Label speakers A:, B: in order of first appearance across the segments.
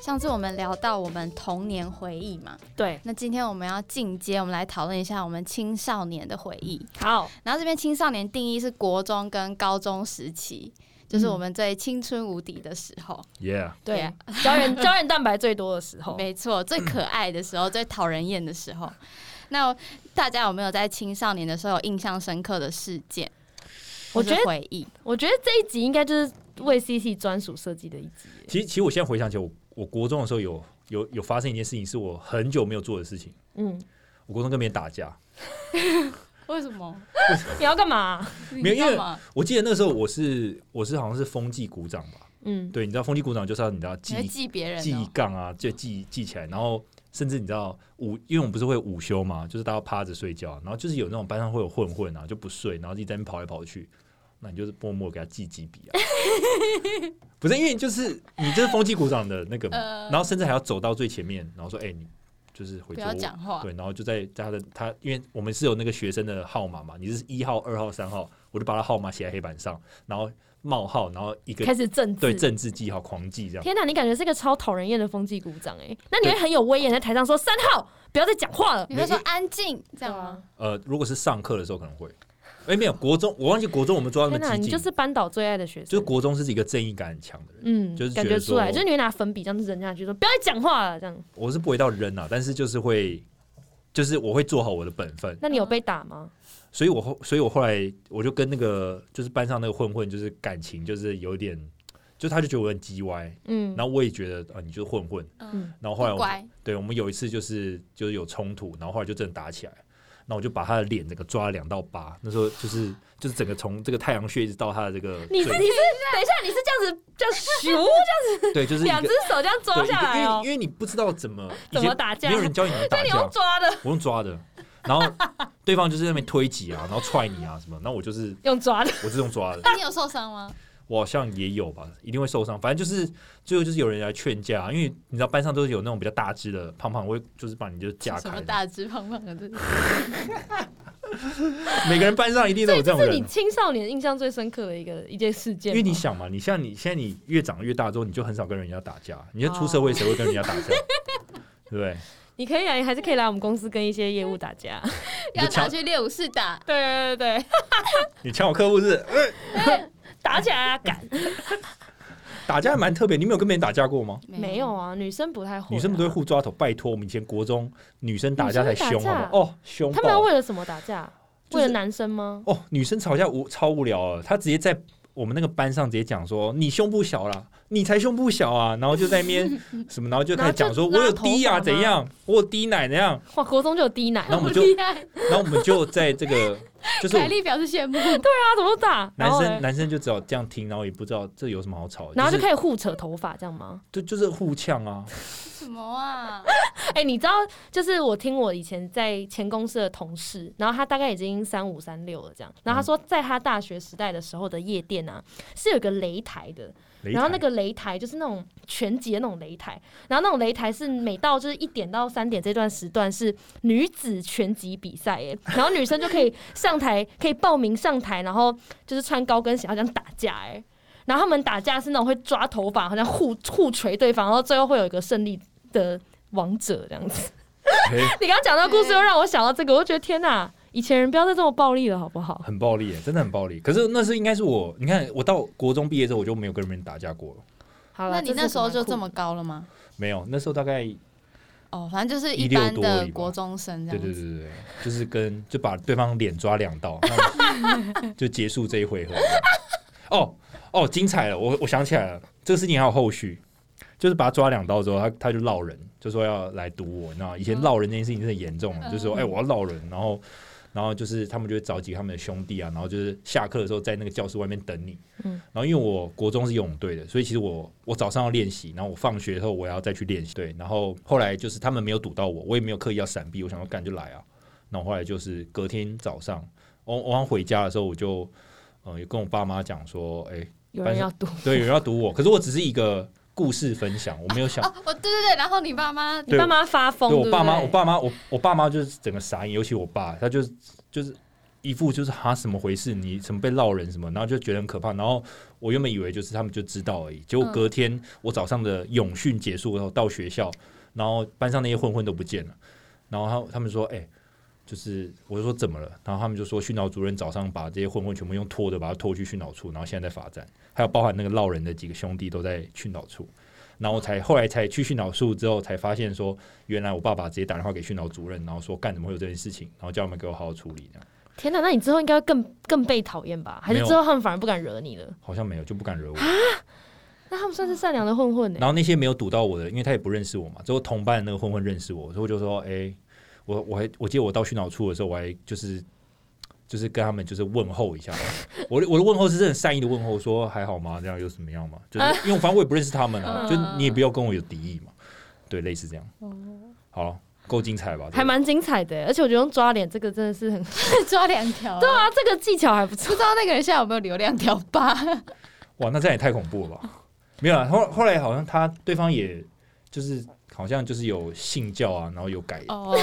A: 上次我们聊到我们童年回忆嘛，
B: 对，
A: 那今天我们要进阶，我们来讨论一下我们青少年的回忆。
B: 好，
A: 然后这边青少年定义是国中跟高中时期，
C: 嗯
A: 就是我们最青春无敌的时候，
C: ，Yeah，
B: 对，胶原胶原蛋白最多的时
C: 哦
B: 候，
A: 没 错，最可爱的时候，最讨人厌的时候。那大家有没有在青少年的时候有印象深刻的事件？
B: 我觉得
A: 或是回忆，
B: 我觉得这一集应该就是为 CC 专属设计的一集。
C: 其实其实我现在回想起来，我我国中的时候有有有发生一件事情，是我很久没有做的事情。
B: 嗯，
C: 我国中跟别人打架，
A: 为什么？
B: 你要干嘛、
C: 没有
A: 你
C: 因为
A: 干嘛
C: 我记得那时候我是我是好像是风纪股长吧？
B: 嗯，
C: 对，你知道风纪股长就是要你知道记
A: 你会记别人、
C: 记
A: 哦？
C: 杠啊，就记记起来，然后甚至你知道午，因为我们不是会午休嘛，就是大家趴着睡觉，然后就是有那种班上会有混混啊，就不睡，然后自己在那边跑来跑去，那你就是默默给他记几笔啊。 不是因为就是你这是风纪股长的那个嘛，
A: 呃
C: 然后甚至还要走到最前面，然后说哎、你就是
A: 不
C: 回座
A: 要
C: 位
A: 讲话。
C: 对，然后就在在他的他，因为我们是有那个学生的号码嘛，你是一号、二号、三号，我就把他号码写在黑板上，然后冒号，然后一个
B: 开始政治。
C: 对政治记号狂记这样。
B: 天哪，你感觉是个超讨人厌的风纪股长哎、那你会很有威严在台上说三号不要再讲话了，
A: 你会说安静这样
B: 啊
A: 吗？
C: 呃，如果是上课的时候可能会，哎、没有国中，我忘记国中我们抓
B: 对啊？
C: 那
B: 天
C: 么
B: 哪，
C: 激
B: 你
C: 进，
B: 就是班导最爱的学生。
C: 就是国中是一个正义感很强的人，
B: 嗯，
C: 就是觉
B: 感
C: 得
B: 觉出来，
C: 说
B: 就是你会拿粉笔这样子扔下去说不要再讲话了这 样。
C: 我是不会到扔啊，但是就是会，就是我会做好我的本分，
B: 那你有被打吗？
C: 所以我后，所以我后来我就跟那个就是班上那个混混，就是感情就是有点，就他就觉得我很叽歪，
B: 嗯
C: 然，后我也觉得啊，你就是混混，
A: 嗯，
C: 然后后来
A: 不
C: 我
A: 乖，
C: 对我们有一次就是就是有冲突，然后后来就真的打起来，那我就把他的脸整个抓了两到八，那时候就是就是整个从这个太阳穴一直到他的这个
B: 你是
C: 嘴
B: 你是等一下你是这样子这样 咻
C: 对，就是一
B: 两
C: 个
B: 只手这样抓
C: 对，
B: 下
C: 因
B: 来
C: 为
B: 哦、
C: 因为你不知 道怎么以
B: 怎
C: 前
B: 么打架
C: 没有人教你怎么
B: 那
C: 打
B: 你用
C: 架，
B: 抓的，
C: 我用抓的，然后对方就是在那边推挤啊，然后踹你啊什么，那我就是
B: 用抓的，
C: 我是用抓的，
A: 啊那你有受伤吗？
C: 我好像也有吧，一定会受伤，反正就是最后就是有人来劝架啊，因为你知道班上都是有那种比较大只的胖胖，我会就是把你就架
A: 什
C: 开
A: 么，大只胖胖的？
C: 每个人班上一定都有这种
B: 这是
C: 人
B: 你。青少年印象最深刻的一个一件事件
C: 因
B: 吗。
C: 为你想嘛，你像你现在你越长越大之后，你就很少跟人家打架，你就出社
B: 哦
C: 会谁会跟人家打架？ 对不对？
B: 你可以啊，你还是可以来我们公司跟一些业务打架。
C: 你
A: 要拿
C: 就抢
A: 去练武室 打，
B: 对对对对，
C: 你抢我客户是
B: 打起来啊！敢
C: 打架还蛮特别，你没有跟别人打架过吗？
B: 没有啊？女生不太会啊，
C: 女生不都会互抓头？拜托，我们以前国中女生打架才
B: 女
C: 凶，
B: 生打架
C: 好不好？哦，凶
B: 他们要
C: 爆！
B: 为了什么打架？
C: 就
B: 为
C: 是
B: 了男生吗？
C: 哦，女生吵架无超无聊啊，她直接在我们那个班上直接讲说：“你胸部小啦，你才胸部小啊！”然后就在那 边什么，然后就开始讲说：“
B: 然
C: 我
B: 后
C: 有
B: 就拉
C: 低
B: 头
C: 啊，
B: 发吗
C: 怎样？我有低奶怎样
B: 哇，国中就有低奶，
C: 然后我们就
A: 厉害，
C: 然后我们就在 这个就是我
A: 凯莉表示羡慕。
B: 他怎么打？
C: 男
B: 然后
C: 生
B: 嘞
C: 男生就只好这样听，然后也不知道这有什么好吵的，
B: 然后就
C: 就是
B: 开始互扯头发，这样吗？
C: 就就是互呛啊，
A: 什么啊？
B: 哎、你知道，就是我听我以前在前公司的同事，然后他大概已经三五三六了这样，然后他说，在他大学时代的时候的夜店啊，是有一个擂台的，
C: 擂
B: 然后那
C: 台
B: 个擂台就是那种拳击的那种擂台，然后那种擂台是每到就是一点到三点这段时段是女子拳击比赛耶，然后女生就可以上台，可以报名上台，然后就是穿高跟鞋，好像打架哎。然后他们打架是那种会抓头发，好像互互捶对方，然后最后会有一个胜利的王者这样子。
C: 嘿
B: 你刚刚讲到故事，又让我想到这个，我就觉得天哪，以前人不要再这么暴力了，好不好？
C: 很暴力耶，真的很暴力。可是那是应该是我，你看我到国中毕业之后，我就没有跟别人打架过了，
B: 好了，
A: 那你那时候就这么高了吗？
C: 没有。那时候大概
A: 哦，反正就是一
C: 1.6
A: 般
C: 多而
A: 的
C: 已吧
A: 国中生这
C: 对
A: 样
C: 对
A: 子。
C: 对对，对就是跟就把对方脸抓两道，那我就结束这一回合。哦哦，精彩了！我我想起来了，这个事情还有后续，就是把他抓两刀之后，他他就闹人，就说要来堵我，你知道吗以前闹人这件事情真的严重了，就说哎、我要闹人，然后然后就是他们就会找几个他们的兄弟啊，然后就是下课的时候在那个教室外面等你。
B: 嗯
C: 然后因为我国中是游泳队的，所以其实我我早上要练习，然后我放学后我也要再去练习。对，然后后来就是他们没有堵到我，我也没有刻意要闪避，我想要干就来啊。然后后来就是隔天早上，我我刚回家的时候，我就呃有跟我爸妈讲说，哎、
B: 有人要赌，
C: 对，有人要堵我，可是我只是一个故事分享，我没有想。
A: 哦，我对对对，然后你爸 妈
B: 你
C: 对
B: 爸妈发疯，
C: 对我
B: 不
C: 爸妈，
B: 对
C: 我爸妈，我我爸妈就是整个傻眼，尤其我爸，他就是就是一副就是哈什么回事，你怎么被烙人什么，然后就觉得很可怕。然后我原本以为就是他们就知道而已，结果
A: 嗯
C: 隔天我早上的泳训结束后到学校，然后班上那些混混都不见了，然后他他们说，哎、就是我就说怎么了，然后他们就说训导主任早上把这些混混全部用拖的把他拖去训导处，然后现在在罚站，还有包含那个烙人的几个兄弟都在训导处，然后我才后来才去训导处之后才发现说，原来我爸爸直接打电话给训导主任，然后说干怎么会有这件事情，然后叫他们给我好好处理，这样
B: 天哪，那你之后应该会更更被讨厌吧？还是
C: 没有
B: 之后他们反而不敢惹你了？
C: 好像没有就不敢惹我。
B: 那他们算是善良的混欸混呢、
C: 然后那些没有堵到我的，因为他也不认识我嘛，之后同班的那个混混认识我，所以我就说，哎、我我还我记得我到训导处的时候，我还就是就是跟他们就是问候一下，我的我的问候是很善意的问候，说还好吗？这样又怎么样嘛？就是因为反正我也不认识他们啊，
A: 嗯
C: 就你也不要跟我有敌意嘛，对，类似这样。好，够精彩吧？
B: 还蛮精彩的、欸而且我觉得用抓脸这个真的是很
A: 抓两条，
B: 对 啊，这个技巧还不错
A: 不。知道那个人现在有没有留两条疤？
C: 哇，那这样也太恐怖了吧？没有啊，后后来好像他对方也就是好像就是有信教啊，然后有改，
A: 哦，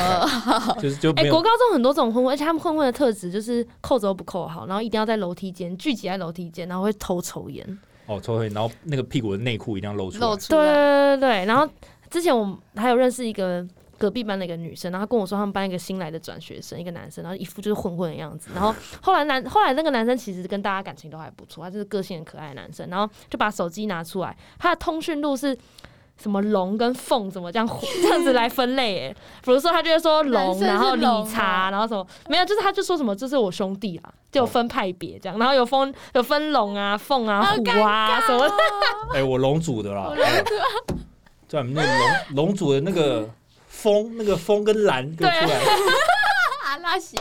C: 就是就
B: 哎、
C: 没有
B: 国高中很多种混混，而且他们混混的特质就是扣子都不扣好，然后一定要在楼梯间聚集在楼梯间，然后会偷抽烟。
C: 哦抽烟，然后那个屁股的内裤一定要露出来
A: 露。出
B: 对
A: 来，
B: 对对对，然后之前我还有认识一个隔壁班的一个女生，然后她跟我说他们班一个新来的转学生，一个男生，然后一副就是混混的样子。然后后来男后来那个男生其实跟大家感情都还不错，他就是个性很可爱的男生，然后就把手机拿出来，他的通讯录是。什么龙跟凤怎么这样 这样子来分类？诶，比如说他就会说
A: 男
B: 龙，
A: 生是
B: 然后理
A: 龙
B: 查，
A: 哦
B: 然后什么没有，就是他就说什么这是我兄弟啊，就有分派别这样，然后有分有分龙啊、凤啊、
A: 好
B: 虎
A: 尴哦
B: 啊什么的
C: 哎、我龙族的啦
A: 我
C: 哎
A: 龙，
C: 在啊我们那个龙龙族的那个风，那个风跟蓝给我出来。
B: 啊
A: 阿啊拉西，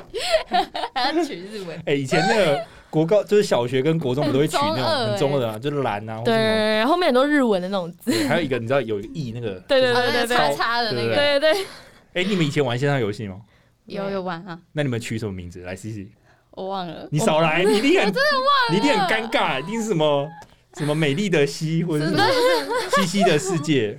A: 还要取日文，
C: 哎、以前那个国高就是小学跟国中，我们都会取那
A: 很中二
C: 种很中二的 啊，就是蓝啊，或什么。
B: 对，后面很多日文的那种字。
C: 对还有一个你知道有一个翼那个，
B: 对
C: 就是
B: 对对对对
A: 叉叉的啊那
C: 对
A: 个，
B: 对对对，
C: 哎、你们以前玩线上游戏吗？
A: 有有玩啊，
C: 那你们取什么名字？来，C C，
A: 我忘了，
C: 你少来，你一定很，你一定很尴尬，一定是什么什么美丽的西，或者是什么 西西的世界。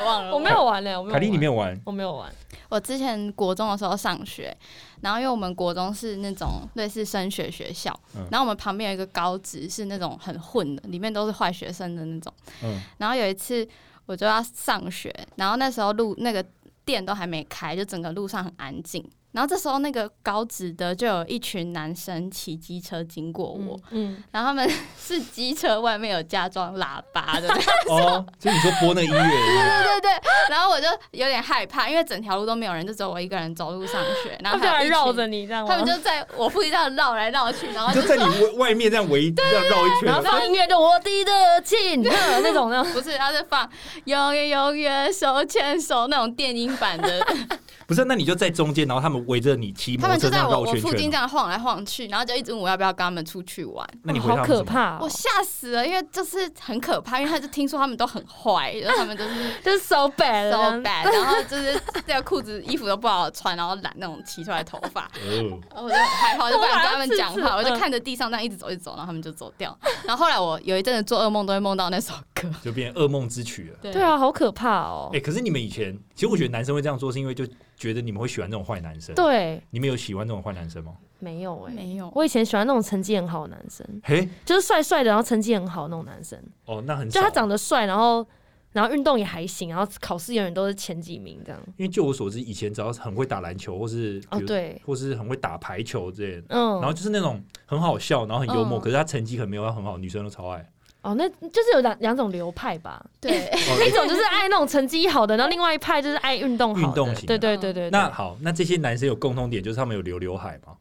A: 我忘了，
B: 我没有玩嘞，我没有玩。
C: 凯莉，你没有玩？
B: 我没有玩。
A: 我之前国中的时候上学，然后因为我们国中是那种类似升学学校，
C: 嗯
A: 然后我们旁边有一个高职是那种很混的，里面都是坏学生的那种。
C: 嗯，
A: 然后有一次我就要上学，然后那时候路那个店都还没开，就整个路上很安静。然后这时候那个高职的就有一群男生骑机车经过我，
B: 嗯，
A: 然后他们 是机车外面有加装喇叭 的，
C: 哦，所以你说播那个 音乐，
A: 对对对，然后我就有点害怕，因为整条路都没有人，就只有我一个人走路上学，然
B: 他
A: 后
B: 们就
A: 还
B: 来
A: 有一群
B: 哦啊绕着，你这样吗，
A: 他们就在我附近这样绕来绕去，然后
C: 就
A: 就
C: 在你外外面这样围这
A: 啊
C: 样绕一圈
B: 然后。放音乐就我的 热情那种那种。
A: 不是，他是放永远永远手牵手那种电音版的，
C: 不是，那你就在中间，然后他们围着你骑摩
A: 他
C: 托
A: 们就
C: 车这
A: 在
C: 样
A: 我
C: 绕
A: 我
C: 圈
A: 附近
C: 圈
A: 这
C: 啊。
A: 样晃来晃去，然后就一直问我要不要跟他们出去玩。
C: 那你回
B: 好
C: 他们
B: 可
C: 什么？
B: 怕哦
A: 我，吓死了，因为就是很可怕，因为他就听说他们都很坏，然后他们就是
B: 就是 so bad，
A: so
B: 了
A: bad，然后就是这个裤子、衣服都不好穿，然后染那种奇怪的头 发，
C: 哦，
A: 然后我就害怕，我就不敢跟他们讲
B: 我马
A: 话，
B: 上
A: 我
B: 制止
A: 就看着地上这样一直走，一直走，然后他们就走掉。然后后来我有一阵子做噩梦都会梦到那首歌，
C: 就变噩梦之曲 了。
A: 对
B: 对，啊，好可怕哦
C: 哎、。可是你们以前，其实我觉得男生会这样做，是因为就觉得你们会喜欢这种坏男生。，
B: 对，
C: 你们有喜欢这种坏男生吗？
B: 没有哎，
A: 没有，
B: 我以前喜欢那种成绩很好的男生，
C: 嘿、
B: 就是帅帅的，然后成绩很好的那种男生，
C: 哦，那很
B: 就
C: 少。
B: 他长得帅，然后然后运动也还行，然后考试永远都是前几名这样。
C: 因为就我所知，以前只要是很会打篮球，或是
B: 哦，
C: 比如
B: 对，
C: 或是很会打排球之类的，
B: 嗯
C: 然，后就是那种很好笑，然后很幽默，
A: 嗯
C: 可是他成绩很没有他很好，女生都超爱。
B: 哦，那就是有两两种流派吧。
A: 对，
B: 一种就是爱那种成绩好的，然后另外一派就是爱运动好的。
C: 运动型的
B: 对对对对对。
C: 那好，那这些男生有共通点，就是他们有留刘海吗？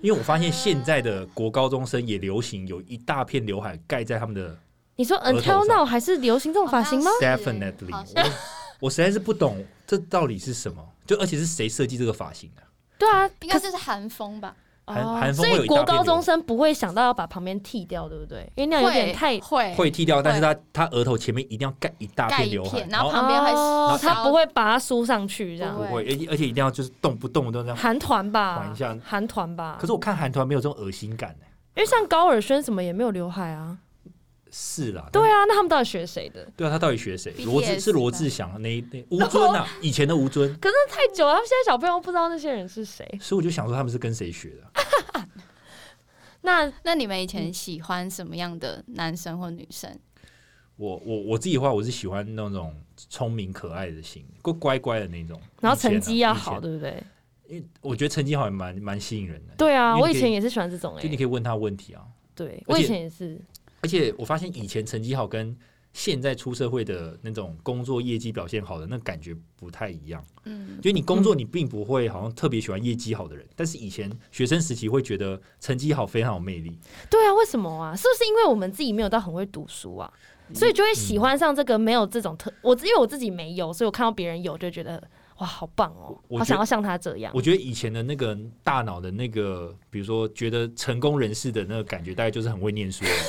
C: 因为我发现现在的国高中生也流行有一大片刘海盖在他们的
B: 你说
C: 额头
B: until
C: 上
B: now 还是流行这种发型吗？
A: 是欸
C: ，definitely，
A: 好
C: 我我实在是不懂这到底是什么，就而且是谁设计这个发型的？
B: 对啊，
A: 应该就是韩风吧，
B: 哦
C: 韩韩风
B: 所
C: 会有
B: 以
C: 一
B: 国
C: 大片
B: 高
C: 留
B: 中生不会想到要把旁边剃掉，对不对？因为那样有
A: 会
B: 点太
A: 会
C: 会剃掉，但是他他额头前面一定要盖一大
A: 盖
C: 片
A: 一
C: 刘海
A: 片，，然后
B: 哦，
A: 旁边会
B: 他
A: 烧
B: 不会把它梳上去这样
A: 不。会啊
C: 不会，而且而且一定要就是动不动都这样。
B: 韩团吧
C: 缓一下，
B: 韩团吧
C: 可。是我看韩团没有这种恶心感、欸
B: 因为像高尔宣什么也没有刘海啊，
C: 是啦，
B: 对啊，那他们到底学谁的？
C: 对啊，他到底学谁？
A: BTS
C: 罗志是罗志祥那一那吴 尊啊，以前的吴尊，
B: 可是太久了，他们现在小朋友不知道那些人是谁。
C: 所以我就想说他们是跟谁学的？
B: 那
A: 那你们以
B: 嗯
A: 前喜欢什么样的男生或女生？
C: 我我我自己的话，我是喜欢那种聪明可爱的型，够乖乖的那种。
B: 然后
C: 以前啊
B: 成绩要好，，
C: 以
B: 对不对？
C: 前因为我觉得成绩好也蛮蛮吸引人的。
B: 对啊，
C: 因
B: 我
C: 为
B: 以
C: 你可
B: 前
C: 以
B: 也是喜欢这种哎、
C: 就你可以问他问题啊，
B: 对
C: 而
B: 我以
C: 且
B: 前也是，
C: 而且我发现以前成绩好跟现在出社会的那种工作业绩表现好的那感觉不太一样。
A: 嗯，
C: 就你工作，你并不会好像特别喜欢业绩好的人，但是以前学生时期会觉得成绩好非常有魅力。
B: 对啊，为什么啊？是不是因为我们自己没有到很会读书啊，
C: 嗯
B: 所以就会喜欢上这个没有这种特？我因为我自己没有，所以我看到别人有就觉得哇，好棒哦，
C: 我
B: 好
C: 觉
B: 想要像他这样
C: 我。觉得以前的那个大脑的那个，比如说觉得成功人士的那个感觉，大概就是很会念书了。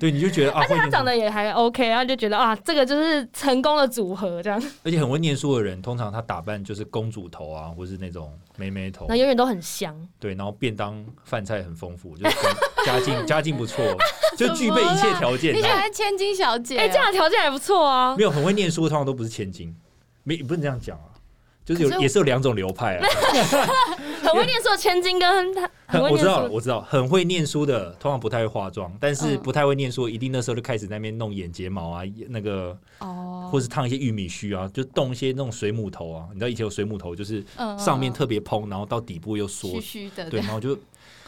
C: 对，你就觉得啊，会
B: 他
C: 念
B: 长
C: 书，
B: 得也还 OK，然后就觉得啊，这个就是成功的组合这样，
C: 而且很会念书的人，通常他打扮就是公主头啊，或是那种妹妹头
B: 然后，永远都很香。
C: 对，然后便当饭菜很丰富，就是 跟家境家境不错，就具备一切条件。
A: 你喜
C: 你知道吗
A: 欢千金小姐？啊
B: 哎、这样的条件还不错啊
C: 啊没。有很会念书，通常都不是千金，没不能这样讲啊，就是
A: 可是
C: 有
A: 我
C: 也是有两种流派啊。
B: 很会念书的千金跟他， 很会
C: 我
B: 念
C: 知
B: 书
C: 道了，我知道，很会念书的通常不太会化妆，但是
A: 嗯
C: 不太会念书，一定那时候就开始在那边弄眼睫毛啊，那个
A: 哦，
C: 或是烫一些玉米须啊，就动一些那种水母头啊。你知道以前有水母头，就是
A: 嗯
C: 上面
A: 嗯
C: 特别蓬，然后到底部又
A: 虚
C: 缩，
A: 虚的，对，
C: 对，然后就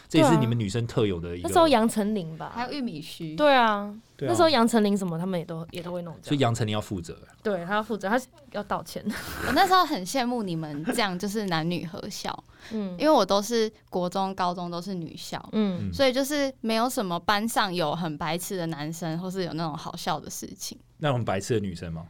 C: 这也
B: 对
C: 是
B: 啊
C: 你们女生特有的一
B: 那时候
C: 个。
B: 杨丞琳吧，
A: 还有玉米须，
B: 对啊，
C: 对啊
B: 那时候杨丞琳什么他们也都也都会弄这
C: 所以
B: 样。
C: 杨丞琳要负责，
B: 对他要负责，他要道歉。
A: 我那时候很羡慕你们这样，就是男女合校，
B: 嗯
A: 因为我都是国中、高中都是女校，
B: 嗯
C: 嗯
A: 所以就是没有什么班上有很白痴的男生，或是有那种好笑的事情。
C: 那种白痴的女生嘛，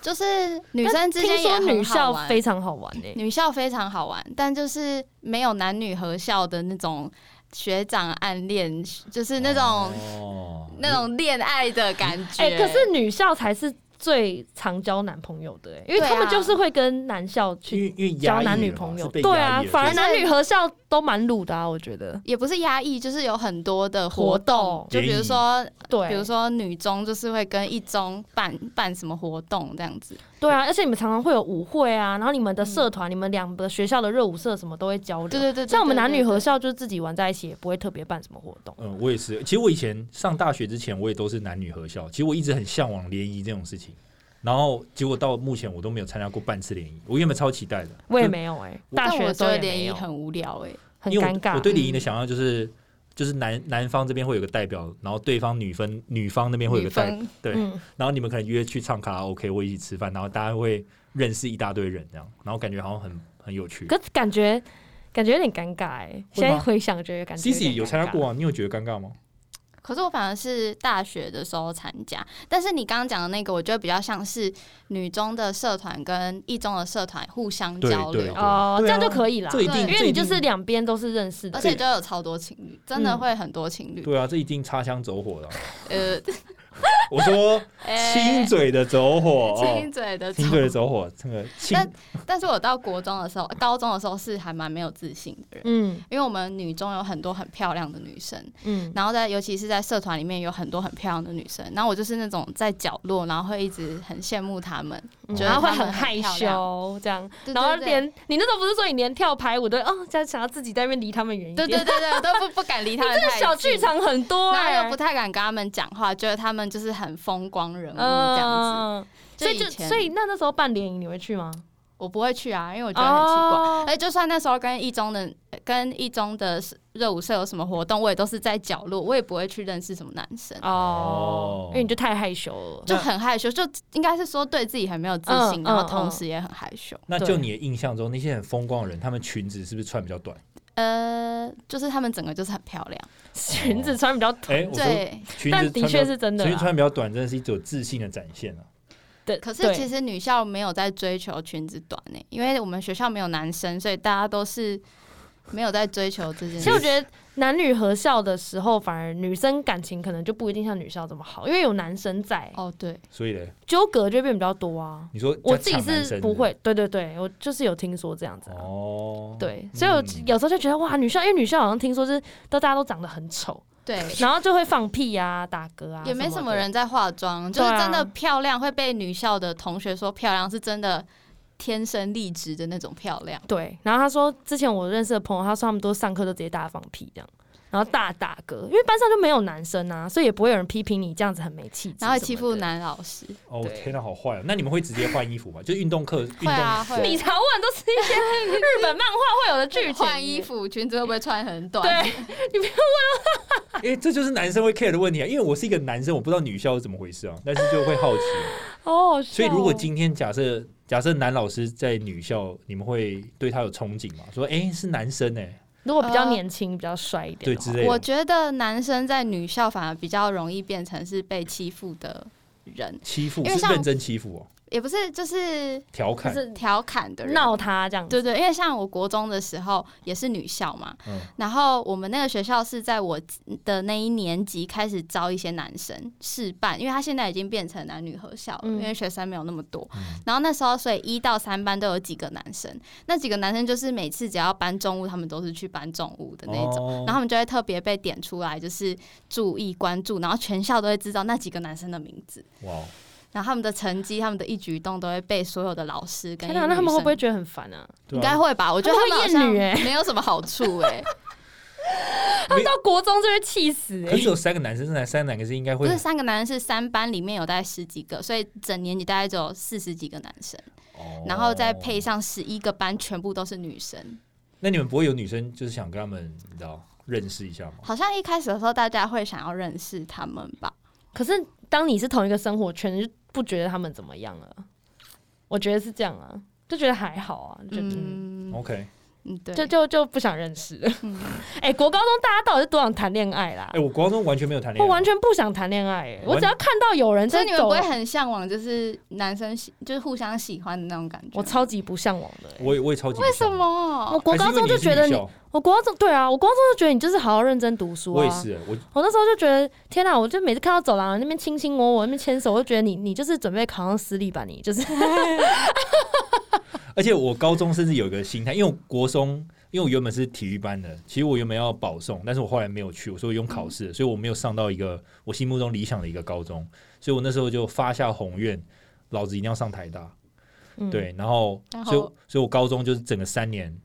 A: 就是女生之
B: 听
A: 间也
B: 说女
A: 很好
B: 校
A: 玩，啊
B: 非常好玩欸诶、
A: 女校非常好玩，但就是没有男女合校的那种学长暗恋， 就是那种、
C: 哦
A: 那种恋爱的感觉。
B: 哎、可是女校才是最常交男朋友的、欸，因为
A: 对啊
B: 他们就是会跟男校
C: 因
B: 去
C: 为因为
B: 交
C: 压抑
B: 男女
C: 了嘛
B: 朋友
C: 是。被
B: 对
C: 压
B: 啊
C: 抑了，
B: 反而
C: 所以
B: 男女合校都蛮鲁的啊，我觉得。
A: 也不是压抑，就是有很多的活动，
B: 活动
A: 就比如说，
B: 对，
A: 比如说女中就是会跟一中办办什么活动这样子。
B: 对啊，而且你们常常会有舞会啊，然后你们的社团、你们两个学校的热舞社什么都会交流。
A: 嗯对对对对
B: 像我们男女
A: 对对
B: 合校就是自己玩在一起，也不会特别办什么活动。
C: 嗯，我也是。其实我以前上大学之前，我也都是男女合校。其实我一直很向往联谊这种事情，然后结果到目前我都没有参加过半次联谊。我原本超期待的，
B: 我也
C: 就
B: 没有哎、
A: 但
B: 大学
A: 我
B: 的时
A: 觉
B: 候
A: 得
B: 也
A: 联
B: 没
A: 谊
B: 有，
A: 很无聊哎、
B: 很
C: 因为
B: 尴
C: 我
B: 尬。
C: 我对联谊
A: 嗯
C: 的想象就是，就是男男方这边会有个代表，然后对方女分女方那边会有
A: 女
C: 个代表，
A: 分
C: 对，
B: 嗯，
C: 然后你们可能约去唱卡拉 OK 或一起吃饭，然后大家会认识一大堆人这样，然后感觉好像很很有趣。
B: 可感觉感觉有点尴尬哎、现在回想觉得感觉
C: C
B: 有点
C: C 有参加过
B: 尴尬。
C: 啊？你有觉得尴尬吗？
A: 可是我反而是大学的时候参加，但是你刚刚讲的那个，我觉得比较像是女中的社团跟一中的社团互相
C: 对
A: 交
C: 对
A: 流，
B: 哦，
C: 对
B: 这
C: 啊
B: 样就可以了，
C: 这一
B: 因
C: 定，
A: 对
C: 这
B: 为
C: 一
B: 你
C: 定
B: 就是两边都是认识的
A: 而。且就有超多情侣，真的会很多情侣。
C: 对啊，这一定擦枪走火的啊。
A: 呃，
C: 我 说亲
A: 哎
C: 嘴的走火，
A: 亲
C: 哦，
A: 嘴的
C: 亲嘴的哦走火，这个亲
A: 但 但是我到国中的时候，高中的时候是还蛮没有自信的人，
B: 嗯
A: 因为我们女中有很多很漂亮的女生，
B: 嗯，
A: 然后在尤其是在社团里面有很多很漂亮的女生，然后我就是那种在角落，然后会一直很羡慕她们，
B: 嗯
A: 觉得
C: 啊
B: 然后会
A: 她们
B: 很害
A: 漂亮，
B: 羞这样，
A: 对
B: 然后
A: 对对
B: 连你那时候不是说你连跳排舞都哦，这样想要自己在那边离他们远一点。
A: 对对对对，我都不 不敢离他们
B: 这个
A: 太
B: 小剧
A: 近，
B: 场很多哎、
A: 然后又不太敢跟他们讲话，觉得他们就是很风光人物这样子。
B: 嗯，所以就
A: 以前
B: 所以那那时候办联谊你会去吗？
A: 我不会去啊，因为我觉得很奇怪。
B: 哦
A: 而且就算那时候跟一中的跟一中的热舞社有什么活动，我也都是在角落，我也不会去认识什么男生，
B: 哦
C: 哦，
B: 因为你就太害羞了。
A: 就很害羞，就应该是说对自己很没有自信，
B: 嗯
A: 然后
B: 嗯
A: 同时也很害羞。
C: 那就你的印象中，那些很风光的人，他们裙子是不是穿比较短？
A: 呃，就是他们整个就是很漂亮，
B: 裙子穿比较短，
C: 哎，我说
A: 对。
C: 裙
B: 但
C: 子
B: 的
C: 穿
B: 确
C: 比
B: 是真
C: 较
B: 的
C: 裙子
B: 啦。
C: 穿比较短，真的是一种自信的展现啊。
B: 对，
A: 可是其
B: 实
A: 实女欸校没有在追求裙子短呢、因为我们学校没有男生，所以大家都是没有在追求这件事
B: 其实我。觉得男女合校的时候，反而女生感情可能就不一定像女校这么好，因为有男生在，
A: 哦，对，
C: 所以嘞，
B: 纠葛就会变比较多啊。
C: 你说
B: 我
C: 在
B: 自己
C: 抢男
B: 是
C: 生
B: 不
C: 的
B: 会，对对对，我就是有听说这样子啊。
C: 哦，，
B: 对，所以我
C: 嗯
B: 有时候就觉得哇，女校，因为女校好像听说就是都大家都长得很 丑，
A: 对，
B: 然后就会放屁啊、打嗝啊，
A: 也没什
B: 什
A: 么
B: 的。
A: 人在化妆，就
B: 对
A: 是
B: 啊
A: 真的漂亮，会被女校的同学说漂亮，是真的天生丽质的那种漂亮。
B: 对，然后他说之前我认识的朋友，他说他们都上课都直接大放屁这样。然后大打嗝，因为班上就没有男生啊，所以也不会有人批评你这样子很没气质，
A: 然后还欺负。男老师，
C: 哦
B: 对
C: 天哪，好坏哦！那你们会直接换衣服吗？就是运动课，运
A: 会啊
C: 动
A: 会
B: 你查问都是一些日本漫画会有的剧 情，
A: 换衣。服裙子会不会穿很短？
B: 对，啊
C: 因为这就是男生会 care 的问题啊。因为我是一个男生，我不知道女校是怎么回事啊，但是就会好奇。
B: 哦，好笑
C: 所以如
B: 哦
C: 果今天假设假设男老师在女校，你们会对他有憧憬吗？说哎、诶是男生哎、
B: 如果比较
A: 呃
B: 年轻、比较帅一点
C: 对
B: 的
C: 之
B: 话，
C: 类
A: 我
C: 的。
A: 觉得男生在女校反而比较容易变成是被欺负的人，
C: 欺负
A: 因为
C: 是
A: 像
C: 认真欺负哦，
A: 也不是就是
C: 调侃
B: 就。是
A: 调侃的人。
B: 闹他这样子。
A: 对对，因为像我国中的时候也是女校嘛，
C: 嗯
A: 然后我们那个学校是在我的那一年级开始招一些男生试办，因为他现在已经变成男女合校了，
B: 嗯
A: 因为学生没有那么多。
C: 嗯
A: 然后那时候，所以一到三班都有几个男生，那几个男生就是每次只要搬重物，他们都是去搬重物的那一种。
C: 哦
A: 然后他们就会特别被点出来，就是注意关注，然后全校都会知道那几个男生的名字，
C: 哇哦，
A: 然后他们的成绩、他们的一举一动都会被所有的老师跟
B: 天哪，那他们会不
A: 会？
B: 会觉得很烦啊？
C: 对
A: 应
C: 啊
A: 该会吧，我觉得
B: 他
A: 他们
B: 们
A: 好
B: 会厌女
A: 像没有什么好处哎、
B: 他们到国中就会气死
C: 可
B: 哎
C: 是。只有三个男生，那三个男生应该
A: 不
C: 会
A: 是三个男生是三班里面有大概十几个，所以整年级大概只有四十几个男生，
C: 哦
A: 然后再配上十一个班全部都是女生。
C: 那你们不会有女生就是想跟他们，你知道认识一下吗？
A: 好像一开始的时候大家会想要认识他们吧？
B: 可是当你是同一个生活圈，就不觉得他们怎么样了。我觉得是这样啊，就觉得还好啊，就嗯。
A: 嗯
C: OK，哎、
A: 嗯，对，
B: 就就就不想认识了。
A: 嗯
B: 哎、国高中大家到底是多想谈恋爱啦？
C: 哎我国中完全没有谈恋
B: 我
C: 爱，
B: 完全不想谈恋爱、哎我只要看到有人
A: 所
B: 在
A: 以你们不
B: 走
A: 会，很向往，就是男生喜，就是互相喜欢的那种感觉吗。
B: 我超级不向往的、哎
C: 我也我也超级不
A: 为什
C: 想
B: 我
A: 么？
B: 国高中就觉得
C: 还是
B: 你，
C: 因为你是女校
B: 我国高中对啊，我国高中就觉得你就是好好认真读书啊。
C: 我也是，我
B: 我那时候就觉得，天哪！我就每次看到走廊那边卿卿我我，那边牵手，我就觉得你你就是准备考上私立吧，你就是
C: 而且我高中甚至有一个心态，因为我国中，因为我原本是体育班的，其实我原本要保送，但是我后来没有去，我说我用考
B: 嗯
C: 试，所以我没有上到一个我心目中理想的一个高中，所以我那时候就发下宏愿，老子一定要上台大。
B: 嗯，
C: 对，然后，
A: 然
C: 所以我
A: 后
C: 所以我高中就是整个三年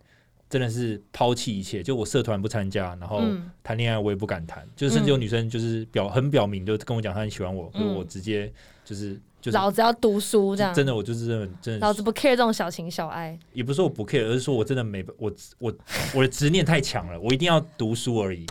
C: 真的是抛弃一切，就我社团不参加，然后
B: 嗯
C: 谈恋爱我也不敢谈，就是甚至有女生就是表很表明就跟我讲她很喜欢我，可是
B: 嗯
C: 我直接就是就是
B: 老子要读书这样，
C: 真的我就是真的真的
B: 老子不 care 这种小情小爱。
C: 也不是说我不 care，而是说我真的没我我我的执念太强了，我一定要读书而已，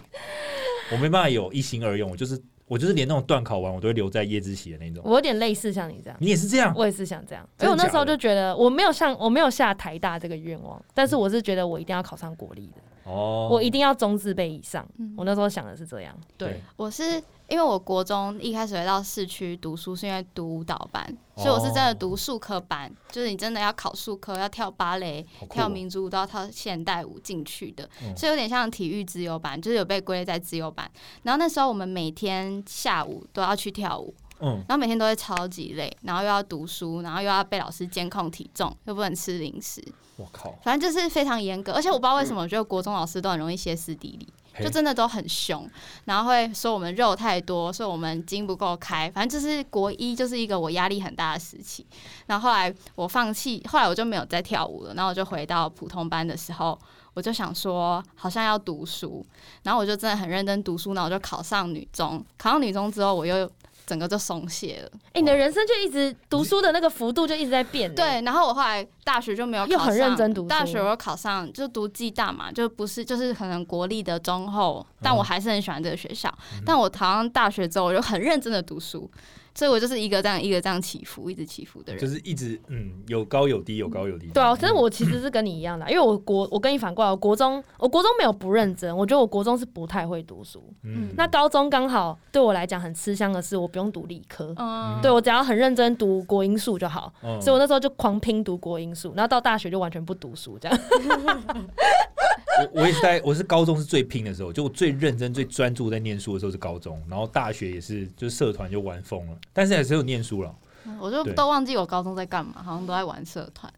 C: 我没办法有一心二用，我就是我就是连那种断考完我都会留在夜自习的那种。
B: 我有点类似像你这样，
C: 你也是这样，
B: 我也是想这样，因
C: 真
B: 为
C: 的
B: 我那时候
C: 假
B: 就
C: 的
B: 觉得我没有像我没有下台大这个愿望，但是我是觉得我一定要考上国立的，
C: 嗯哦，
B: 我一定要中字辈以上。
A: 嗯
B: 我那时候想的是这样，
C: 对，
A: 我是因为我国中一开始回到市区读书，是因为读舞蹈班，所以我是真
C: 哦
A: 的读术科班，就是你真的要考术科，要跳芭蕾、
C: 好酷哦
A: 跳民族舞，都要跳现代舞进去的，
C: 嗯
A: 所以有点像体育自由班，就是有被归类在自由班。然后那时候我们每天下午都要去跳舞，
C: 嗯，
A: 然后每天都会超级累，然后又要读书，然后又要被老师监控体重，又不能吃零食，
C: 我靠，
A: 反正就是非常严格。而且我不知道为什么，我觉得国中老师都很容易歇斯底里。
C: 嘿
A: 就真的都很凶，然后会说我们肉太多，说我们筋不够开，反正就是国一就是一个我压力很大的时期。然后后来我放弃，后来我就没有再跳舞了，然后我就回到普通班的时候，我就想说好像要读书，然后我就真的很认真读书，然后我就考上女中，考上女中之后我又整个就松懈了。
B: 哎、你的人生就一直读书的那个幅度就一直在变、欸。
A: 对，然后我后来大学就没有考
B: 又
A: 上，
B: 很认真读书
A: 大学我考上就读暨大嘛，就不是就是可能国立的中后，
B: 嗯
A: 但我还是很喜欢这个学校。但我考上大学之后，我就很认真的读书，所以我就是一个这样一个这样起伏，一直起伏的人。
C: 就是一直嗯有高有低，有高有低。嗯
B: 对啊，可是我其实是跟你一样的，啊因为我国我跟你反过来，我国中我国中没有不认真，我觉得我国中是不太会读书。
C: 嗯，
B: 那高中刚好对我来讲很吃香的是，我不用读理科，
A: 嗯，
B: 对我只要很认真读国英数就好。
A: 哦
C: 嗯
B: 所以我那时候就狂拼读国英数，然后到大学就完全不读书这样。
C: 我我也是在我是高中是最拼的时候，就我最认真、最专注在念书的时候是高中，然后大学也是，就是社团就玩疯了，但是还是有念书了。
B: 哦嗯
A: 我就
C: 对
A: 都忘记我高中在干嘛，好像都在玩社团，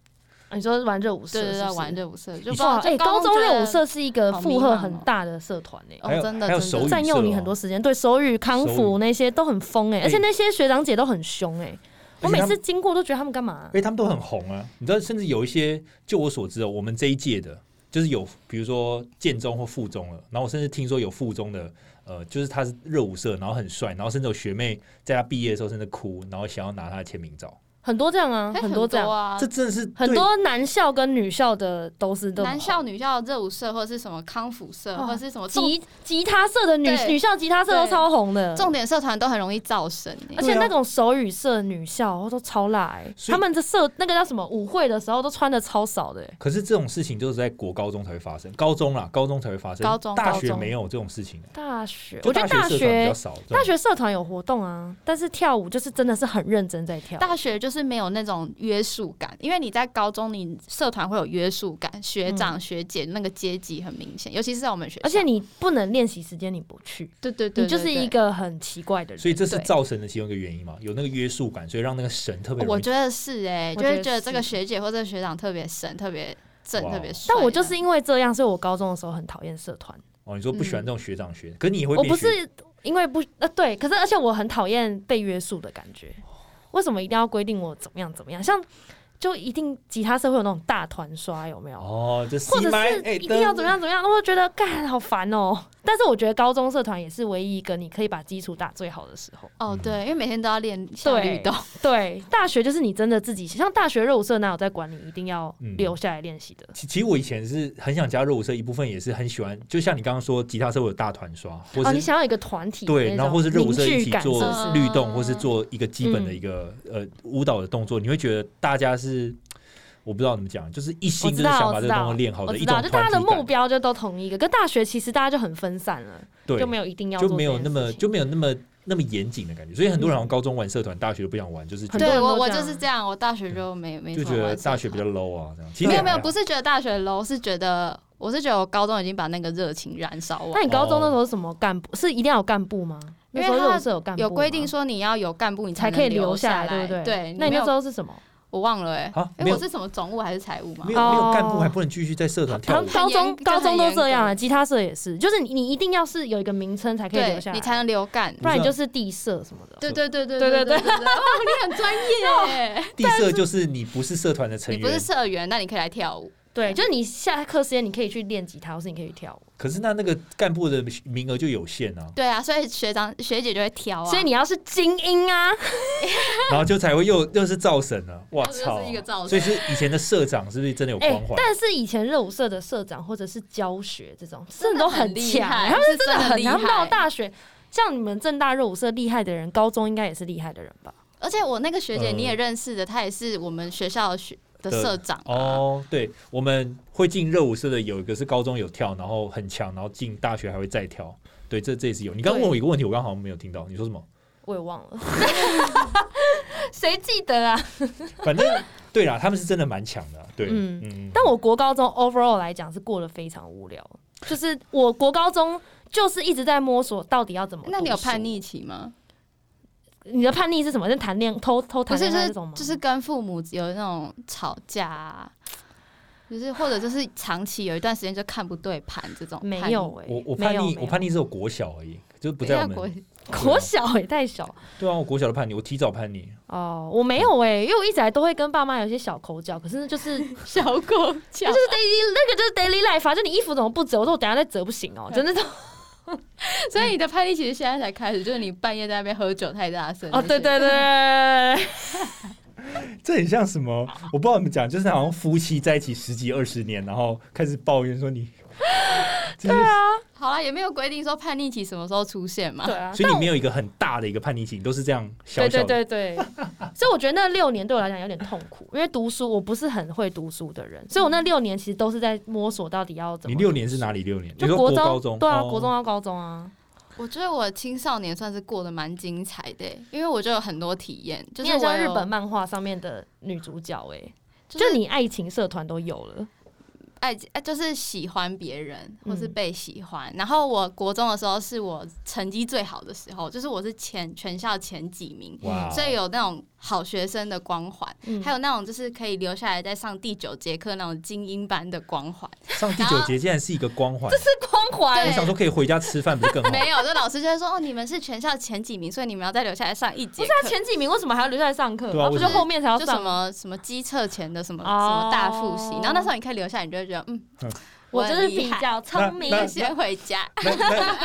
B: 哦你说玩热舞社
A: 对
B: 是不
A: 对
B: 是，
A: 对，玩热舞社，就不知
B: 哇，
A: 道
B: 哎、
A: 就
B: 高中
A: 觉得
B: 热舞社是一个
A: 好
B: 负
A: 迷
B: 荷
A: 茫
B: 很
A: 哦
B: 大的社团哎、
C: 还有
A: 哦，真的
C: 还有
A: 真
C: 手语
A: 的，
B: 占用你很多时间，对手语、康
C: 手
B: 复
C: 语
B: 那些都很疯哎、
C: 哎
B: 而且那些学长姐都很凶哎、我
C: 而且
B: 每
C: 他
B: 次
C: 们，
B: 经过都觉得他们干嘛、
C: 因为他们都很红啊，你知道，甚至有一些，就我所知哦，我们这一届的，就是有比如说建中或附中了，然后我甚至听说有附中的，呃，就是他是热舞社，然后很帅，然后甚至有学妹在他毕业的时候甚至哭，然后想要拿他的签名照，
B: 很多这样啊，
A: 哎
B: 很
A: 很
B: 多这样，
A: 啊
C: 这。真的是
B: 很
C: 对
B: 多男校跟女校的都是这种
A: 男校、女校热舞社，或者是什么康复社，
B: 哦
A: 或者是什么重
B: 吉吉他社的女
A: 对
B: 女校吉他社都
A: 对
B: 超红的，
A: 重点社团，都很容易造神欸。
B: 而且那种手语社的女校哦都超辣哎、
C: 啊所以
B: 他们的社那个叫什么舞会的时候都穿的超少的、欸，
C: 可是这种事情就是在国高中才会发生，高中啦，高中才会发生，
A: 高中
C: 大
A: 高
C: 学
A: 中
C: 没有这种事情、
B: 大学
C: 就
B: 我觉得
C: 大
B: 大
C: 社团比
B: 学
C: 较少，这
B: 大
C: 种
B: 学社团有活动啊，但是跳舞就是真的是很认真在跳，
A: 大学就是没有那种约束感，因为你在高中，你社团会有约束感，学长、学姐那个阶级很明显，尤其是在我们学校。
B: 嗯而且你不能练习时间你不去，
A: 对对对
B: 你就是一。
A: 对对
B: 个很奇怪的人。
C: 所以这是
A: 对
C: 造神的其中一个原因嘛，有那个约束感，所以让那个神特别容
A: 我
C: 易。
A: 觉得是哎、
B: 我
A: 就
B: 觉得
A: 会觉得这个
B: 是
A: 学姐或者学长特别神、特别正、
C: 哇
A: 特别帅。
B: 但我就是因为这样，所以我高中的时候很讨厌社团。
C: 哦，你说不喜欢这种学长学，可是你也会
B: 嗯我
C: 变
B: 不
C: 学
B: 是因为不呃对，可是而且我很讨厌被约束的感觉。为什么一定要规定我怎么样怎么样？像就一定吉他社会有那种大团刷，有没有？
C: 哦，这
B: 或
C: 西
B: 者
C: 麦
B: 是
C: 哎，
B: 一定要
C: 噔
B: 怎么样怎么样，那我觉得干好烦哦、但是我觉得高中社团也是唯一一个你可以把基础打最好的时候。
A: 哦，对，因为每天都要练像律动，
B: 对，大学就是你真的自己，像大学热舞社哪有在管你一定要
C: 嗯
B: 留下来练习的？
C: 其其实我以前是很想加热舞社，一部分也是很喜欢，就像你刚刚说吉他社会有大团刷，或
B: 哦，
C: 是
B: 你想要有一个团体，
C: 对，然后或是热舞社一起做
A: 不是
C: 律
B: 嗯
C: 动，或是做一个基本的一个、呃舞蹈的动作，你会觉得大家是我不知道怎么讲，就是一
B: 我
C: 心就
B: 知
C: 是
B: 道，
C: 想
B: 我
C: 把
B: 知
C: 这个东
B: 道，
C: 西练好
B: 我
C: 的一
B: 知
C: 种
B: 道，
C: 团
B: 就
C: 体
B: 大家的目
C: 感，
B: 标就都同一个，跟大学其实大家就很分散了，
C: 对，
B: 就没有一定要
C: 就
B: 做
C: 没有
B: 这
C: 那
B: 件
C: 么
B: 事情
C: 就没有那么那么严谨的感觉，所以很多人好像高中玩社团，大学都不想玩，就是觉
B: 很多
A: 对
C: 得
B: 人
A: 我
B: 都
A: 我
B: 这样
A: 就是这样，我大学就没没
C: 就
A: 什
C: 觉
A: 么
C: 得
A: 玩社
C: 大学比
A: 团
C: 较 low 啊这样。其实
A: 没
C: 也
A: 有没有，
C: 还好
A: 不是觉得大学 low，是觉得我是觉得我高中已经把那个热情燃烧完
B: 那。你高
C: 哦
B: 中那时候什么干部是一定要有干部吗？
A: 因
B: 那
A: 为
B: 时候
A: 他
B: 热舞社有干部吗，
A: 有规定说你要有干部，你
B: 才
A: 能
B: 可以留
A: 留下
B: 下来，对不对？
A: 对，
B: 那
A: 没
B: 你那
A: 有
B: 时候是什么？
A: 我忘了哎、欸，
C: 啊
A: 哎、
C: 没有
A: 我是什么总务还是财务嘛
C: 没？有没有干部
B: 哦
C: 还不能继续在社团
B: 高
C: 跳舞，
B: 高中
A: 很严格
B: 高中都这样啊，吉他社也是，就是你你一定要是有一个名称才可以留
A: 对
B: 下来，
A: 你才能留干。
B: 不然你就是地社什么的。
A: 对对对对
B: 对
A: 对
B: 对嗯对
A: 对对，哦，你很专 业欸
C: 地社就是你不是社团的成
A: 你不
C: 员
A: 是。社员，那你可以来跳舞。
B: 对，就是你下课时间你可以去练吉他，或是你可以去跳舞。
C: 可是那那个干部的名额就有限啊，
A: 对啊，所以学长学姐就会挑啊。
B: 所以你要是精英啊，
C: 然后就才会又 又是造神了，我操
A: 又是一个！造神
C: 所以是以前的社长是不是真的有
B: 哎、
C: 光环？
B: 但是以前热舞社的社长或者是教学这种，
A: 真
B: 的
A: 的
B: 都
A: 很厉
B: 强、
A: 害
B: 他们
A: 是
B: 真的
A: 真的
B: 很
A: 厉
B: 强。他们到
A: 害
B: 大学，像你们正大热舞社厉害的人，高中应该也是厉害的人吧？
A: 而且我那个学姐
B: 嗯
C: 呃
A: 你也认识的，她也是我们学校的学的
C: 的
A: 社长啊。
C: 哦，对，我们会进热舞社的有一个是高中有跳，然后很强，然后进大学还会再跳。对，这这也是有。你刚刚
B: 对
C: 问我一个问题，我刚好像没有听到，你说什么？
B: 我也忘了，谁记得啊？
C: 反正对啦，他们是真的蛮强的啊。对，
B: 嗯
C: 嗯嗯。
B: 但我国高中 overall 来讲是过得非常无聊，就是我国高中就是一直在摸索到底要怎么。
A: 那你有叛？逆期吗？
B: 你的叛逆是什么？是谈恋偷偷
A: 不
B: 谈
A: 是，
B: 恋
A: 就
B: 爱
A: 是
B: 这种吗？
A: 就是跟父母有那种吵架、啊，就是或者就是长期有一段时间就看不对盘这种。
B: 没有，哎、
C: 我我
B: 没
C: 叛
B: 有
C: 逆，
B: 没
C: 我
B: 有
C: 叛逆是有国小而已，就是
A: 不
C: 不在
A: 要
C: 我
A: 国
C: 们。
B: 国小也、太小
C: 对啊，我国小的叛逆，我提早叛逆。
B: 哦，我没有哎、因为我一直来都会跟爸妈有一些小口角，可是就是
A: 小狗叫
B: 那就。是 daily 那个就是 daily life 啊，就你衣服怎么不折？我说我等一下再折不行哦、真的都
A: 所以你的叛逆其实现在才开始，就是你半夜在那边喝酒太大声。
B: 哦，对对对对对对
C: 这很像什么？我不知道怎么讲，就是好像夫妻在一起十几二十年，然后开始抱怨 说你，对啊，
A: 好啦，也没有规定说叛逆期什么时候出现嘛。
B: 对，啊！
C: 所以
B: 但
C: 你
B: 我
C: 没有一个很大的一个叛逆期，你都是这样小
B: 对
C: 小
B: 对
C: 的。
B: 对啊对，所以我觉得那六年对我来讲有点痛苦，因为读书我不是很会读书的人，所以我那六年其实都是在摸索到底要怎么。
C: 嗯你六年是哪里六年？你
B: 就
C: 说
B: 国
C: 国
B: 中
C: 高中？
B: 对啊，
C: 哦
B: 国中。到高中啊，
A: 我觉得我青少年算是过得蛮精彩的、因为我就有很多体验，就
B: 你
A: 是
B: 很
A: 我
B: 像
A: 有
B: 日本，漫画上面的女主角哎、
A: 就
B: 就是你爱情社团都有了，
A: 爱爱就是喜欢别人
B: 嗯
A: 或是被喜欢。然后我国中的时候是我成绩最好的时候，就是我是前全校前几名，
C: 哇哦，
A: 所以有那种好学生的光环，
B: 嗯
A: 还有那种就是可以留下来再上第九节课那种精英班的光环。
C: 上第九节竟然是一个光环，哎
B: 是欸光环
C: 我
A: 对
C: 想说可以回家吃饭不是 更 好？
A: 没有，这老师就会说哦，你们是全校前几名，所以你们要再留下来上一节
B: 不
A: 课。
B: 是他前几名为什么还要留下来上课？
C: 对啊
B: 不
C: 为
B: 是
C: 什么
B: 后面才要
A: 就什
B: 上吗？
A: 么什么机测前的什么、
B: 哦
A: 什么大复习，然后那时候你可以留下来，你就会觉得嗯
C: 嗯，
B: 我就是
A: 很厉
B: 比
A: 害
B: 较聪明
C: 那
A: 就先回家。
C: 那那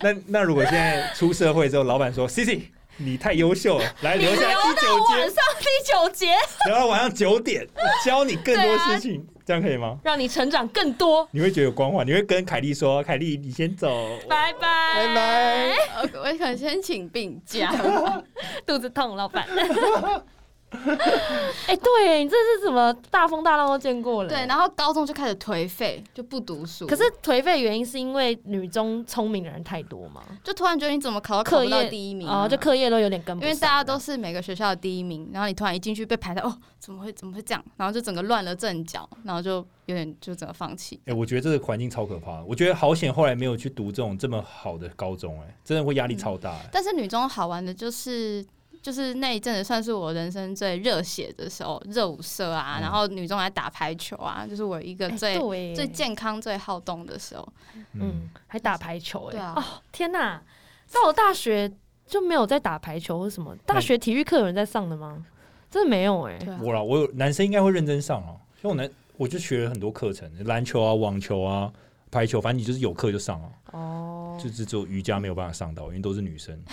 C: 那那如果现在出社会之后，老板说 C C 你太优秀了，来
B: 你
C: 留
B: 留
C: 下来第
B: 到
C: 九
B: 晚
C: 节，
B: 上第九节，
C: 留到晚上九点，教你更
B: 对
C: 多
B: 啊
C: 事情，这样可以吗？
B: 让你成长更多。
C: 你会觉得有光环，你会跟凯 莉说：“凯莉，你先走，
B: 拜拜
C: 拜拜。
A: 呃我可能先请病 假。
B: 肚子痛，老板。 哎、对你这是什么大风大浪都见过了。
A: 对，然后高中就开始颓废，就不读书。
B: 可是颓废原因是因为女中聪明的人太多嘛，
A: 就突然觉得你怎么考都考
B: 课
A: 不到
B: 业
A: 第一名啊
B: 哦，就课业都有点跟不
A: 因
B: 上，
A: 为大家都是每个学校的第一名，然后你突然一进去被排到，哦，怎么会怎么会这样？然后就整个乱了阵脚，然后就有点就整个放弃。
C: 哎、我觉得这个环境超可怕的。我觉得好险，后来没有去读这种这么好的高中、哎，真的会压力超大、哎、
A: 但是女中好玩的就是。就是那一阵子算是我人生最热血的时候，热舞社啊，
C: 嗯
A: 然后女中还打排球啊，就是我一个
B: 哎
A: 最、
B: 对
A: 最，健康、最好动的时候。
C: 嗯
B: 嗯，，还打排球哎、
A: 对啊
B: 哦天哪，到了大学就没有在打排球或什么，大学体育课有人在上的吗？真的没有哎、
A: 对啊，
C: 我啦，我有男生应该会认真上哦、像我男，我就学了很多课程，篮球啊、网球啊、排球，反正你就是有课就上啊，
B: 哦，
C: 就只只有瑜伽没有办法上到，因为都是女生，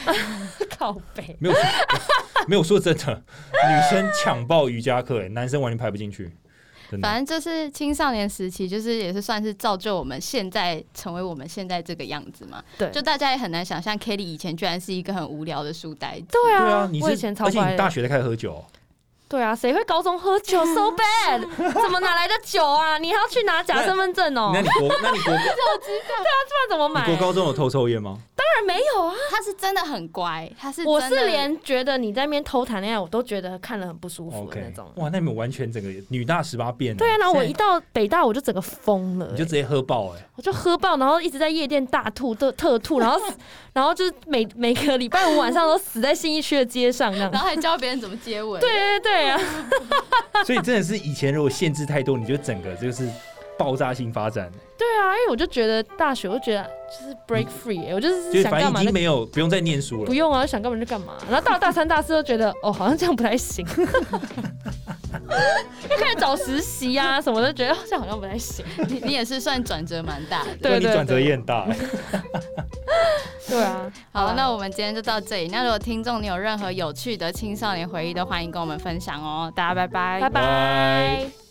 B: 靠北，
C: 没有 没有说真的，女生抢爆瑜伽课、哎，男生完全排不进去，真的。
A: 反正就是青少年时期，就是也是算是造就我们现在成为我们现在这个样子嘛。
B: 对
A: 就大家也很难想象 Kelly 以前居然是一个很无聊的书呆子。
B: 对
C: 对
B: 啊
C: 啊，，你是，
B: 我以前超
C: 而且
B: 乖
C: 你
B: 的
C: 大学才开始喝酒哦、
B: 对啊，谁会高中喝 酒 so bad？怎么哪来的酒啊？你还要去拿假身份证哦、
C: 那
B: 那
C: 你国，那你国，你
B: 怎么买？
C: 国高中有偷抽烟吗？
B: 当然没有啊！
A: 他是真的很乖，他是
B: 我
A: 真
B: 是
A: 的
B: 连觉得你在那边偷谈恋爱，我都觉得看了很不舒服的那种。
C: 哇，那你们完全整个女大十八变欸。
B: 对啊，然后我一
C: 现
B: 到北大，我就整个疯了、欸
C: 在你就直接喝爆 哎、
B: 我就喝爆，然后一直在夜店大吐特特吐，然后 然后就是每每个礼拜五晚上都死在信义区的街上 这样
A: 然。后还教别人怎么接吻。
B: 对，对对啊，
C: 所以真的是以前如果限制太多，你就整个就是爆炸性发展，
B: 对啊，因为我就觉得大学，我就觉得就是 break free，、我欸就是
C: 就是
B: 想
C: 反
B: 干
C: 正
B: 嘛
C: 已
B: 就
C: 经没有不用再念书
B: 不
C: 了。
B: 用啊，想干嘛就干嘛。然后到了大三、大四都觉得，哦，好像这样不太行， 就开始找实习啊什么的，觉得哦这样好像不太行。
A: 你你也是算转折蛮大的。
B: 对
C: 哇你转折也很大、欸，
B: 对啊，
A: 好，那
B: 我
A: 我们今天就到这里。那如果听众你有任何有趣的青少年回忆，都欢迎跟我们分享哦。大家拜拜，
B: 拜拜。